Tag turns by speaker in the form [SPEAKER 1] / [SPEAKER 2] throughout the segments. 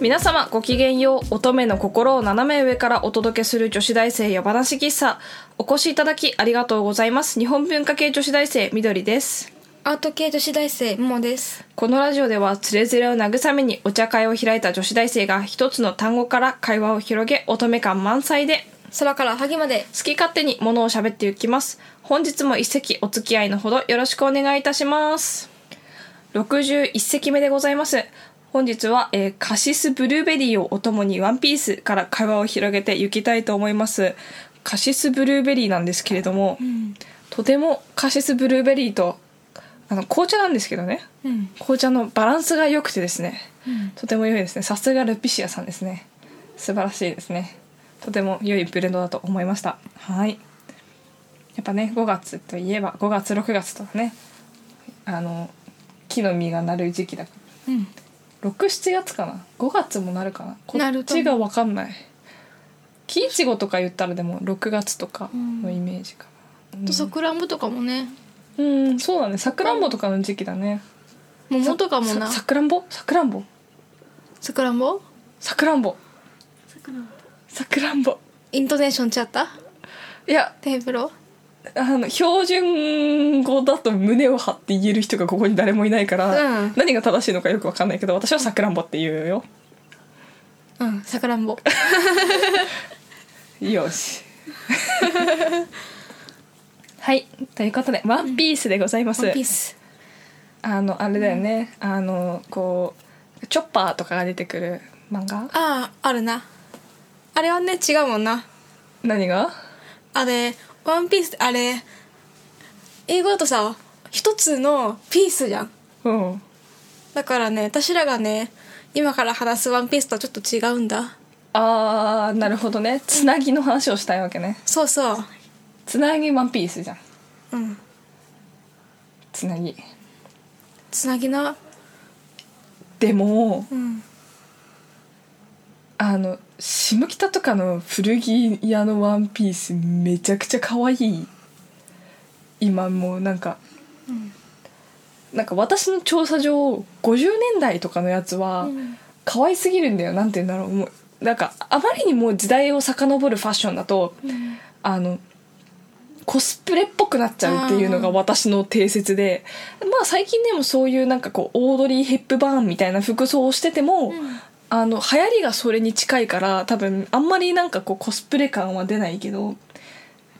[SPEAKER 1] 皆様ごきげんよう乙女の心を斜め上からお届けする女子大生夜話喫茶お越しいただきありがとうございます日本文化系女子大生みどりです
[SPEAKER 2] アート系女子大生ももです
[SPEAKER 1] このラジオではつれづれを慰めにお茶会を開いた女子大生が一つの単語から会話を広げ乙女感満載で
[SPEAKER 2] 空から萩まで
[SPEAKER 1] 好き勝手にものを喋っていきます本日も一席お付き合いのほどよろしくお願いいたします61席目でございます本日は、えーカシスブルーベリーをお供にワンピースから会話を広げていきたいと思いますカシスブルーベリーなんですけれども、とてもカシスブルーベリーとあの紅茶なんですけどね
[SPEAKER 2] うん
[SPEAKER 1] 紅茶のバランスが良くてですね、
[SPEAKER 2] うん
[SPEAKER 1] とても良いですねさすがルピシアさんですね素晴らしいですねとても良いブレンドだと思いましたはいやっぱね5月といえば5月6月とかねあの木の実がなる時期だか
[SPEAKER 2] うん
[SPEAKER 1] ら67月かな5月もなるかなこ
[SPEAKER 2] な
[SPEAKER 1] っ
[SPEAKER 2] ると
[SPEAKER 1] ち
[SPEAKER 2] 思う
[SPEAKER 1] が分かんない木いちごとか言ったらでも6月とかのイメージか
[SPEAKER 2] あとさくらんぼとかもね
[SPEAKER 1] なうん、そうだねさくらんぼとかの時期だね
[SPEAKER 2] 桃とかもな
[SPEAKER 1] ささくらんぼさくらんぼ
[SPEAKER 2] さくらんぼ
[SPEAKER 1] さくらんぼさくらんぼ
[SPEAKER 2] イントネーションちゃった
[SPEAKER 1] いや
[SPEAKER 2] テーブル
[SPEAKER 1] あの標準語だと胸を張って言える人がここに誰もいないから、
[SPEAKER 2] うん
[SPEAKER 1] 何が正しいのかよく分かんないけど私はさくらんぼって言うよ
[SPEAKER 2] うんさくらんぼ
[SPEAKER 1] よ しはいということで「ワンピースでございます、
[SPEAKER 2] ワンピース
[SPEAKER 1] あのあれだよね、あのこうチョッパーとかが出てくる漫画
[SPEAKER 2] あああるなあれはね違うもんな
[SPEAKER 1] 何が
[SPEAKER 2] あれワンピースってあれ英語だとさ一つのピースじゃん
[SPEAKER 1] うん
[SPEAKER 2] だからね私らがね今から話すワンピースとはちょっと違うんだ
[SPEAKER 1] あーなるほどねつなぎの話をしたいわけね
[SPEAKER 2] そうそう
[SPEAKER 1] つなぎワンピースじゃん
[SPEAKER 2] うん
[SPEAKER 1] つなぎ
[SPEAKER 2] つなぎな
[SPEAKER 1] でも
[SPEAKER 2] うん
[SPEAKER 1] あの下北とかの古着屋のワンピースめちゃくちゃ可愛い今もうなんか、
[SPEAKER 2] ん
[SPEAKER 1] なんか私の調査上50年代とかのやつは
[SPEAKER 2] うん
[SPEAKER 1] 可愛すぎるんだよなんて言うんだろうもうなんかあまりにも時代を遡るファッションだと、あのコスプレっぽくなっちゃうっていうのが私の定説でまあ最近でもそういうなんかこうオードリー・ヘップバーンみたいな服装をしてても、あの流行りがそれに近いから多分あんまりなんかこうコスプレ感は出ないけど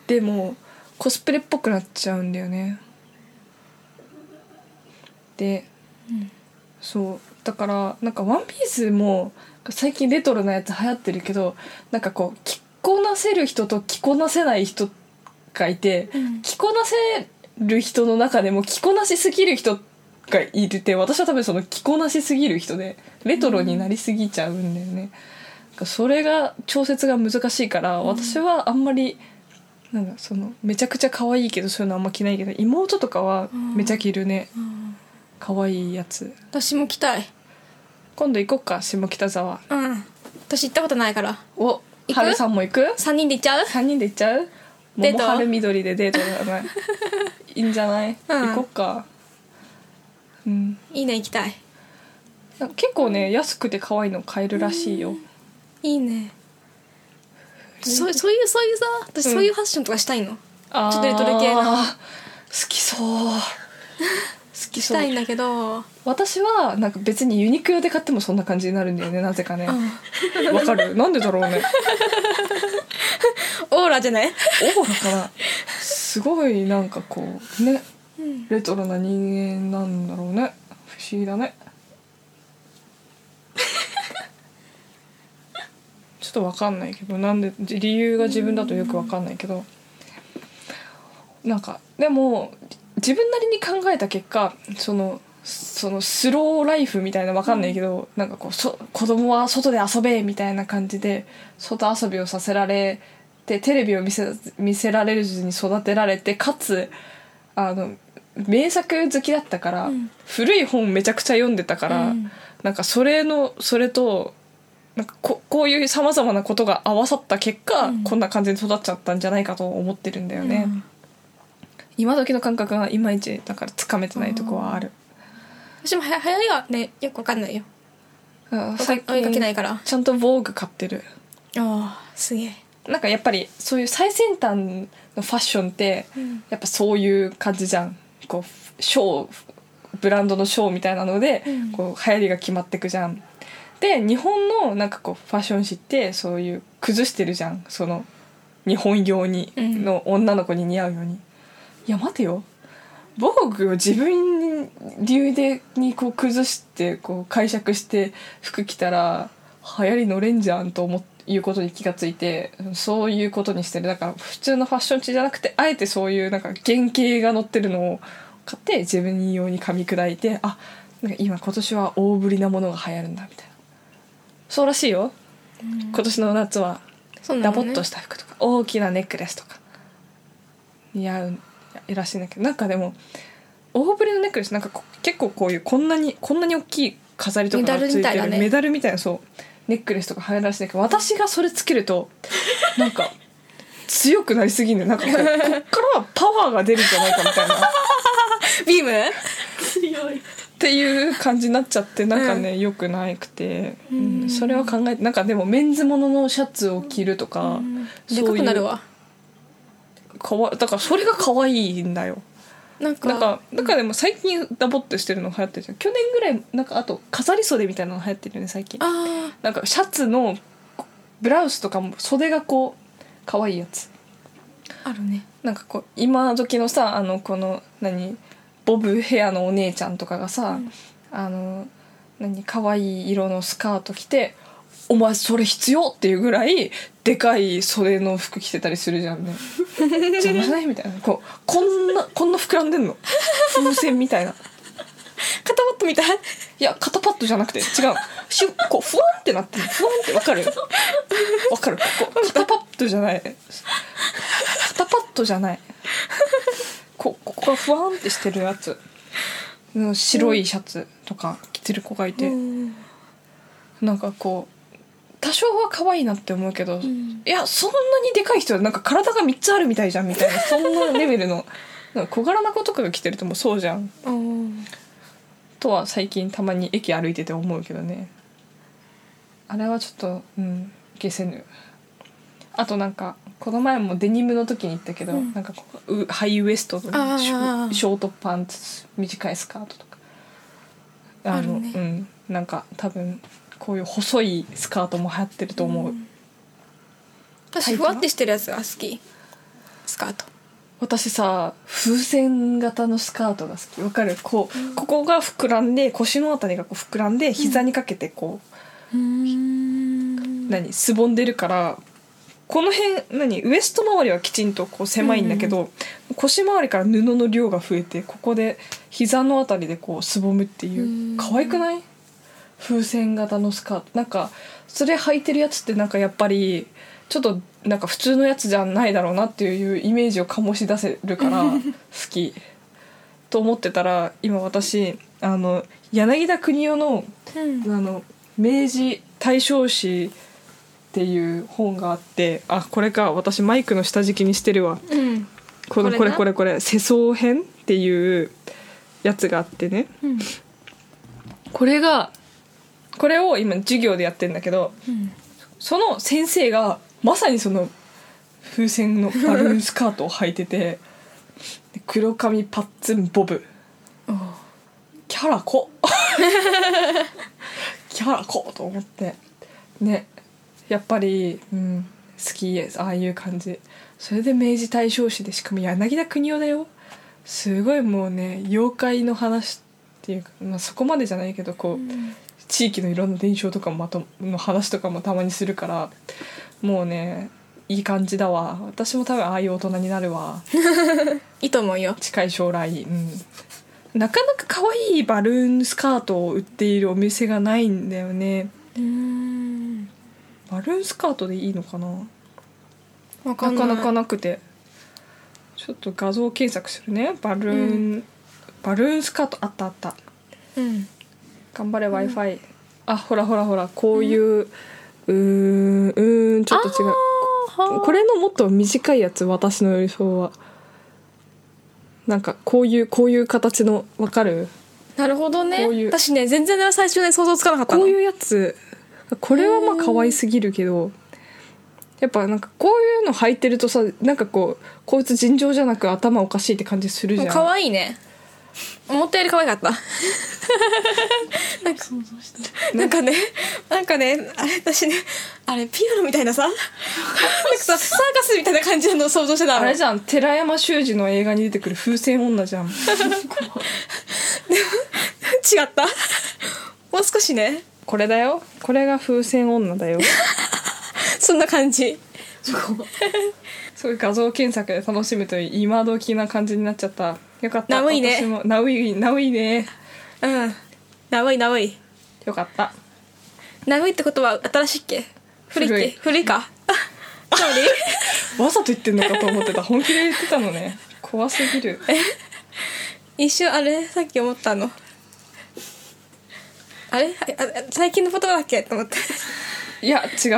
[SPEAKER 1] でもコスプレっぽくなっちゃうんだよねで、そうだからなんか「ワンピースも最近レトロなやつ流行ってるけどなんかこう着こなせる人と着こなせない人がいて、
[SPEAKER 2] うん
[SPEAKER 1] 着こなせる人の中でも着こなしすぎる人がいるって私は多分その着こなしすぎる人でレトロになりすぎちゃうんだよね、なんかそれが調節が難しいから私はあんまり、なんかそのめちゃくちゃ可愛いけどそういうのあんま着ないけど妹とかはめちゃ着るね、
[SPEAKER 2] うん
[SPEAKER 1] 可愛いやつ
[SPEAKER 2] 私も来たい
[SPEAKER 1] 今度行こっか下北沢
[SPEAKER 2] うん私行ったことないから
[SPEAKER 1] お
[SPEAKER 2] く
[SPEAKER 1] 春さんも行く
[SPEAKER 2] 3人で行っちゃう
[SPEAKER 1] 3人で行っちゃう
[SPEAKER 2] デー
[SPEAKER 1] 桃
[SPEAKER 2] ト
[SPEAKER 1] 春緑でデートじゃない いいんじゃない、
[SPEAKER 2] うん
[SPEAKER 1] 行こっかうん
[SPEAKER 2] いいね行きたい
[SPEAKER 1] なんか結構ね安くて可愛いの買えるらしいよ
[SPEAKER 2] いいねそうそういうそういうさ私そういうファッションとかしたいの、
[SPEAKER 1] あー
[SPEAKER 2] ちょっとレトロ系な
[SPEAKER 1] 好きそう好き
[SPEAKER 2] し
[SPEAKER 1] そ
[SPEAKER 2] た
[SPEAKER 1] う
[SPEAKER 2] いんだけど、うん、
[SPEAKER 1] 私はなんか別にユニクロで買ってもそんな感じになるんだよねなぜかねわかるなんでだろうね
[SPEAKER 2] オーラじゃない
[SPEAKER 1] オーラかなすごいなんかこうねレトロな人間なんだろうね不思議だねちょっとわかんないけどなんで理由が自分だとよくわかんないけどなんかでも自分なりに考えた結果そのそのスローライフみたいなわかんないけど、なんかこうそ子供は外で遊べみたいな感じで外遊びをさせられてテレビを見せ見せられずに育てられてかつあの名作好きだったから、
[SPEAKER 2] うん
[SPEAKER 1] 古い本めちゃくちゃ読んでたから、
[SPEAKER 2] うん
[SPEAKER 1] なんかそれのそれとなんかここういうさまざまなことが合わさった結果、
[SPEAKER 2] うん
[SPEAKER 1] こんな感じに育っちゃったんじゃないかと思ってるんだよね、
[SPEAKER 2] うん
[SPEAKER 1] 今時の感覚がいまいちだからつかめてないとこはある
[SPEAKER 2] 私もは流行りがねよくわかんないよ
[SPEAKER 1] うん
[SPEAKER 2] 追
[SPEAKER 1] 最
[SPEAKER 2] いか追いかけない
[SPEAKER 1] 近
[SPEAKER 2] からあ
[SPEAKER 1] ちゃんと防具買ってる
[SPEAKER 2] あすげえ
[SPEAKER 1] なんかやっぱりそういう最先端のファッションって
[SPEAKER 2] うん
[SPEAKER 1] やっぱそういう感じじゃんこうショーブランドのショーみたいなので、
[SPEAKER 2] うん
[SPEAKER 1] こう流行りが決まってくじゃん。で日本のなんかこうファッション誌ってそういう崩してるじゃんその日本用に
[SPEAKER 2] うん
[SPEAKER 1] の女の子に似合うように。いや待てよ防具を自分流でにこう崩してこう解釈して服着たら流行り乗れんじゃんと思って。いうことに気がついてそういうことにしてるだから普通のファッション誌じゃなくてあえてそういうなんか原型が載ってるのを買って自分用に噛み砕いてあなんか今今年は大ぶりなものが流行るんだみたいなそうらしいよ今年の夏は
[SPEAKER 2] そうな
[SPEAKER 1] ダ
[SPEAKER 2] のね
[SPEAKER 1] ボっとした服とか大きなネックレスとか似合うらしいんだけどなんかでも大ぶりのネックレスなんかこ結構こういうこんなにこんなに大きい飾りとかがついてる
[SPEAKER 2] メダルみたいなね
[SPEAKER 1] メダルみたいなそうネックレスとか流行るらしいんだけど私がそれつけるとなんか強くなりすぎるなんか こうこっからはパワーが出るんじゃないかみたいな。
[SPEAKER 2] ビーム
[SPEAKER 3] 強い
[SPEAKER 1] っていう感じになっちゃってなんかね、良くなくて、うんそれは考えなんかでもメンズもののシャツを着るとか、
[SPEAKER 2] でかくなるわ
[SPEAKER 1] かわだからそれが可愛いんだよ
[SPEAKER 2] なんか
[SPEAKER 1] なんかなんかでも最近ダボっとしてるの流行ってるじゃん去年ぐらいなんかあと飾り袖みたいなの流行ってるよね最近
[SPEAKER 2] あ
[SPEAKER 1] なんかシャツのブラウスとかも袖がこう可愛いやつ
[SPEAKER 2] ああるね
[SPEAKER 1] なんかこう今時のさあのこの何ボブヘアのお姉ちゃんとかがさ、あの何可愛い色のスカート着て「お前それ必要?」っていうぐらいでかい袖の服着てたりするじゃんねじゃないみたいなこうこんなこんな膨らんでんの風船みたいな
[SPEAKER 2] 肩パッドみたい
[SPEAKER 1] いや肩パッドじゃなくて違うしゅこうふわんってなってるふわんってわかるわかるこう肩パッドじゃない肩パッドじゃないこここがふわんってしてるやつの白いシャツとか着てる子がいて、
[SPEAKER 2] うん
[SPEAKER 1] なんかこう多少は可愛いなって思うけど、
[SPEAKER 2] ん
[SPEAKER 1] いやそんなにでかい人はなんか体が3つあるみたいじゃんみたいなそんなレベルのなんか小柄な子とかが着てるともうそうじゃん
[SPEAKER 2] うん
[SPEAKER 1] とは最近たまに駅歩いてて思うけどねあれはちょっとうん消せぬあとなんかこの前もデニムの時に行ったけど、
[SPEAKER 2] うん
[SPEAKER 1] なんかこううハイウエストと
[SPEAKER 2] あ
[SPEAKER 1] か
[SPEAKER 2] ー
[SPEAKER 1] ショショートパンツ短いスカートとかあの
[SPEAKER 2] あるね
[SPEAKER 1] うんなんか多分こういう細いスカートも流行ってると思う、
[SPEAKER 2] 私ふわってしてるやつが好きスカート
[SPEAKER 1] 私さ風船型のスカートが好きわかるこう、ここが膨らんで腰のあたりがこう膨らんで膝にかけてこう、
[SPEAKER 2] うん
[SPEAKER 1] 何すぼんでるからこの辺何ウエスト周りはきちんとこう狭いんだけど、腰周りから布の量が増えてここで膝のあたりでこうすぼむっていう、
[SPEAKER 2] うん
[SPEAKER 1] 可愛くない風船型のスカートなんかそれ履いてるやつってなんかやっぱりちょっとなんか普通のやつじゃないだろうなっていうイメージを醸し出せるから 好きと思ってたら今私あの柳田邦夫のあの明治大正史っていう本があってあこれか私マイクの下敷きにしてるわ
[SPEAKER 2] うん
[SPEAKER 1] このこ
[SPEAKER 2] これ
[SPEAKER 1] れ
[SPEAKER 2] な
[SPEAKER 1] これこれ世相編っていうやつがあってね
[SPEAKER 2] うん
[SPEAKER 1] これがこれを今授業でやってんだけど
[SPEAKER 2] うん
[SPEAKER 1] その先生がまさにその風船のバルーンスカートを履いててで黒髪パッツンボブキャラ濃 キャラ濃と思ってねやっぱり、うん、好きですああいう感じそれで明治大正史でしかも柳田国男だよすごいもうね妖怪の話っていうか、まあ、そこまでじゃないけどこう、地域のいろんな伝承とかもまとの話とかもたまにするからもうねいい感じだわ私も多分ああいう大人になるわ
[SPEAKER 2] いいと思うよ
[SPEAKER 1] 近い将来、うん、なかなか可愛いバルーンスカートを売っているお店がないんだよね
[SPEAKER 2] うん
[SPEAKER 1] バルーンスカートでいいのかな
[SPEAKER 2] わか
[SPEAKER 1] なん
[SPEAKER 2] な
[SPEAKER 1] か
[SPEAKER 2] い
[SPEAKER 1] なかなくてちょっと画像検索するねバルーン、バルーンスカートあったあった
[SPEAKER 2] うん
[SPEAKER 1] 頑張れ w i f i あほらほらほらこういう、うーんうーんちょっと違うこれのもっと短いやつ私の予想はなんかこういうこういう形のわかる
[SPEAKER 2] なるほどね
[SPEAKER 1] こういう
[SPEAKER 2] 私ね全然最初ね想像つかなかったの
[SPEAKER 1] こういうやつこれはまあ可愛すぎるけどやっぱなんかこういうの履いてるとさなんかこうこいつ尋常じゃなく頭おかしいって感じするじゃん
[SPEAKER 2] 可愛いね思ったより可愛かった なんかねなんかねあれ私ねあれピアノみたいなさなんかさサーカスみたいな感じの想像してたの
[SPEAKER 1] あれじゃん寺山修司の映画に出てくる風船女じゃん
[SPEAKER 2] 違ったもう少しね
[SPEAKER 1] これだよこれが風船女だよ
[SPEAKER 2] そんな感じ
[SPEAKER 1] すごい画像検索で楽しむという今時な感じになっちゃったよかった
[SPEAKER 2] ナウイね
[SPEAKER 1] 私もナウイナウイね
[SPEAKER 2] うん長い長い
[SPEAKER 1] よかった
[SPEAKER 2] 長いってことは新しいっけ古いっけ
[SPEAKER 1] 古
[SPEAKER 2] 古
[SPEAKER 1] い
[SPEAKER 2] い かあつまり
[SPEAKER 1] わざと言ってんのかと思ってた本気で言ってたの ね怖すぎる
[SPEAKER 2] 一瞬あれさっき思ったのあれああ最近の言葉だっけと思って
[SPEAKER 1] いや違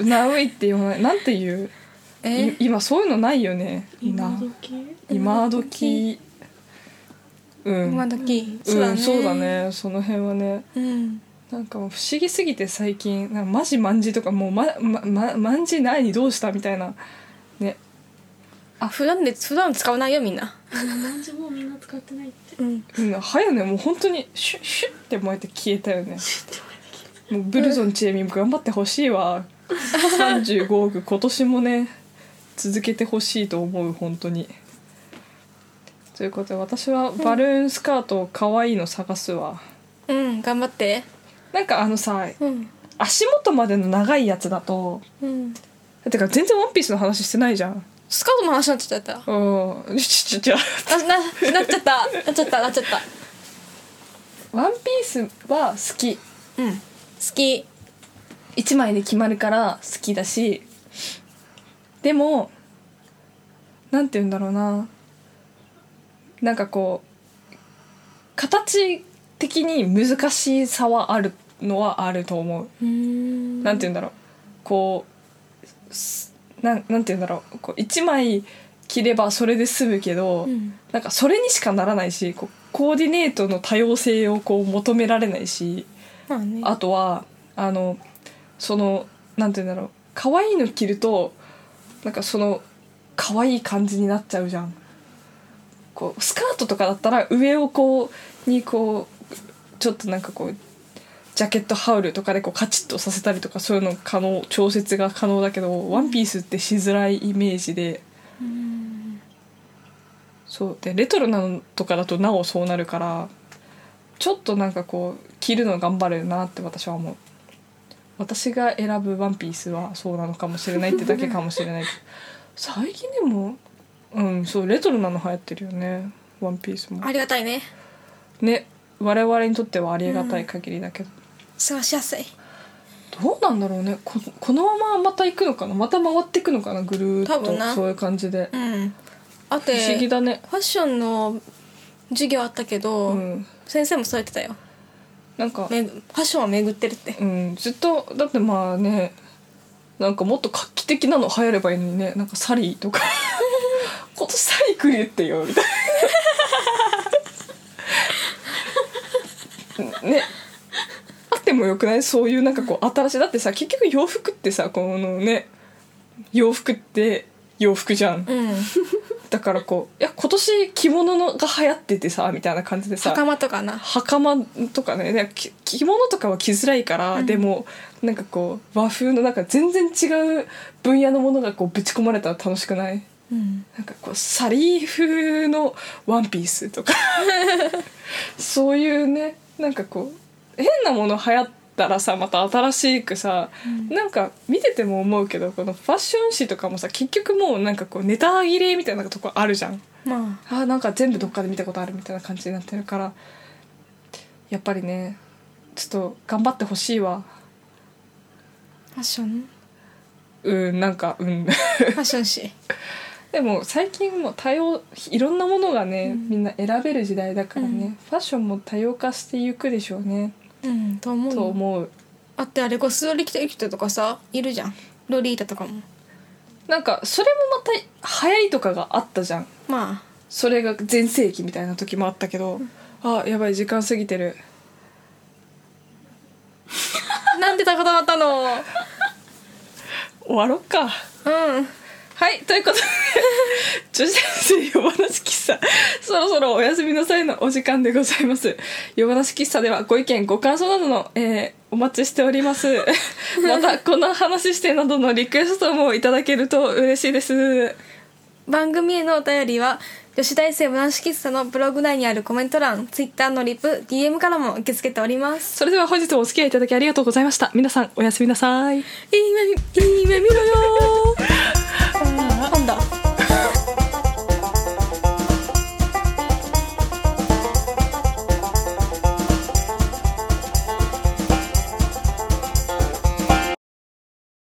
[SPEAKER 1] うナウイって言わないなんて言うい今そういうのないよねな今時うん
[SPEAKER 2] 今時
[SPEAKER 1] うんそうだねその辺はね
[SPEAKER 2] うん
[SPEAKER 1] なんかもう不思議すぎて最近なんかマジマンジとかもうまままマンジないにどうしたみたいなね
[SPEAKER 2] あ普段で普段使わないよみんな
[SPEAKER 3] 何時もみんな使ってないって
[SPEAKER 2] うん
[SPEAKER 1] うん早ねもう本当にシュッシュッって燃えて消えたよねもうブルゾンちえみも頑張ってほしいわ35億今年もね続けてほしいと思う本当にということで私はバルーンスカートを可愛いの探すわ、
[SPEAKER 2] うん頑張って
[SPEAKER 1] なんかあのさ
[SPEAKER 2] うん
[SPEAKER 1] 足元までの長いやつだと
[SPEAKER 2] うん
[SPEAKER 1] てか全然ワンピースの話してないじゃん
[SPEAKER 2] スカートの話になっちゃった
[SPEAKER 1] うんちょちょちょ
[SPEAKER 2] あななっちゃったなっちゃったなっちゃった
[SPEAKER 1] ワンピースは好き
[SPEAKER 2] うん好き
[SPEAKER 1] 1枚で決まるから好きだしでもなんて言うんだろうななんかこう形的に難しさはあるのはあると思う、
[SPEAKER 2] うん
[SPEAKER 1] なんて言うんだろうこうすなんなんて言うんだろうこう1枚着ればそれで済むけど、
[SPEAKER 2] うん
[SPEAKER 1] なんかそれにしかならないしこうコーディネートの多様性をこう求められないし。
[SPEAKER 2] まあね
[SPEAKER 1] あとはあのそのなんて言うんだろう可愛いの着るとなんかその可愛い感じになっちゃうじゃんこうスカートとかだったら上をこうにこうちょっとなんかこうジャケットハウルとかでこうカチッとさせたりとかそういうの可能調節が可能だけどワンピースってしづらいイメージで
[SPEAKER 2] うん
[SPEAKER 1] そうでレトロなのとかだとなおそうなるからちょっとなんかこう着るの頑張るなって私は思う私が選ぶワンピースはそうなのかもしれないってだけかもしれない最近でもうんそうレトロなの流行ってるよねワンピースも
[SPEAKER 2] ありがたいね
[SPEAKER 1] ね我々にとってはありがたい限りだけど、
[SPEAKER 2] 過ごしやすい
[SPEAKER 1] どうなんだろうねここのまままた行くのかなまた回っていくのかなぐるーっ
[SPEAKER 2] 多分
[SPEAKER 1] と
[SPEAKER 2] な
[SPEAKER 1] そういう感じで
[SPEAKER 2] うんあ
[SPEAKER 1] 不
[SPEAKER 2] と
[SPEAKER 1] 思議だね、
[SPEAKER 2] ファッションの授業あったけど、
[SPEAKER 1] うん、
[SPEAKER 2] 先生もそう言ってたよ
[SPEAKER 1] なんか
[SPEAKER 2] めファッションは巡ってるって
[SPEAKER 1] うんずっとだってまあねなんかもっと画期的なの流行ればいいのにねなんかサリーとか今年サリーくれってよみたいなねあってもよくないそういうなんかこう新しいだってさ結局洋服ってさこのね洋服って洋服じゃん
[SPEAKER 2] うん
[SPEAKER 1] だからこういや今年着物のが流行っててさみたいな感じでさ
[SPEAKER 2] 袴とかな
[SPEAKER 1] 袴とかねねき着物とかは着づらいから、
[SPEAKER 2] うん
[SPEAKER 1] でもなんかこう和風のなんか全然違う分野のものがこうぶち込まれたら楽しくない
[SPEAKER 2] うん
[SPEAKER 1] なんかこうサリー風のワンピースと かそういうねなんかこう変なもの流行ったらさまた新しくさ、なんか見てても思うけどこのファッション誌とかもさ結局もうなんかこうネタ切れみたいなとこあるじゃん。
[SPEAKER 2] ま
[SPEAKER 1] あーなんか全部どっかで見たことあるみたいな感じになってるからやっぱりねちょっと頑張ってほしいわ
[SPEAKER 2] あファッシ ョン
[SPEAKER 1] うんなんかうん
[SPEAKER 2] ファッション誌
[SPEAKER 1] でも最近もう多様いろんなものがね、
[SPEAKER 2] うん
[SPEAKER 1] みんな選べる時代だからね、
[SPEAKER 2] うん
[SPEAKER 1] ファッションも多様化していくでしょうね、
[SPEAKER 2] うんと思う
[SPEAKER 1] と
[SPEAKER 2] よ
[SPEAKER 1] 思う
[SPEAKER 2] あってあれゴスロリ来てる人とかさいるじゃんロリータとかも
[SPEAKER 1] なんかそれもまた流行りとかがあったじゃん
[SPEAKER 2] まあ
[SPEAKER 1] それが全盛期みたいな時もあったけど、ああやばい時間過ぎて る
[SPEAKER 2] なんで高止まったのう
[SPEAKER 1] 終わろっか
[SPEAKER 2] ん
[SPEAKER 1] はいという ことで女子大生夜話喫茶そろそろお休みの際のお時間でございます夜話喫茶ではご意見ご感想などの、えーお待ちしております またこの話してなどのリクエストもいただけると嬉しいです
[SPEAKER 2] 番組へのお便りは女子大生男子喫茶のブログ内にあるコメント欄ツイッターのリプ DM からも受け付けております
[SPEAKER 1] それでは本日もお付き合いいただきありがとうございました皆さんおやすみなさい
[SPEAKER 2] いい夢見いい夢見ろよ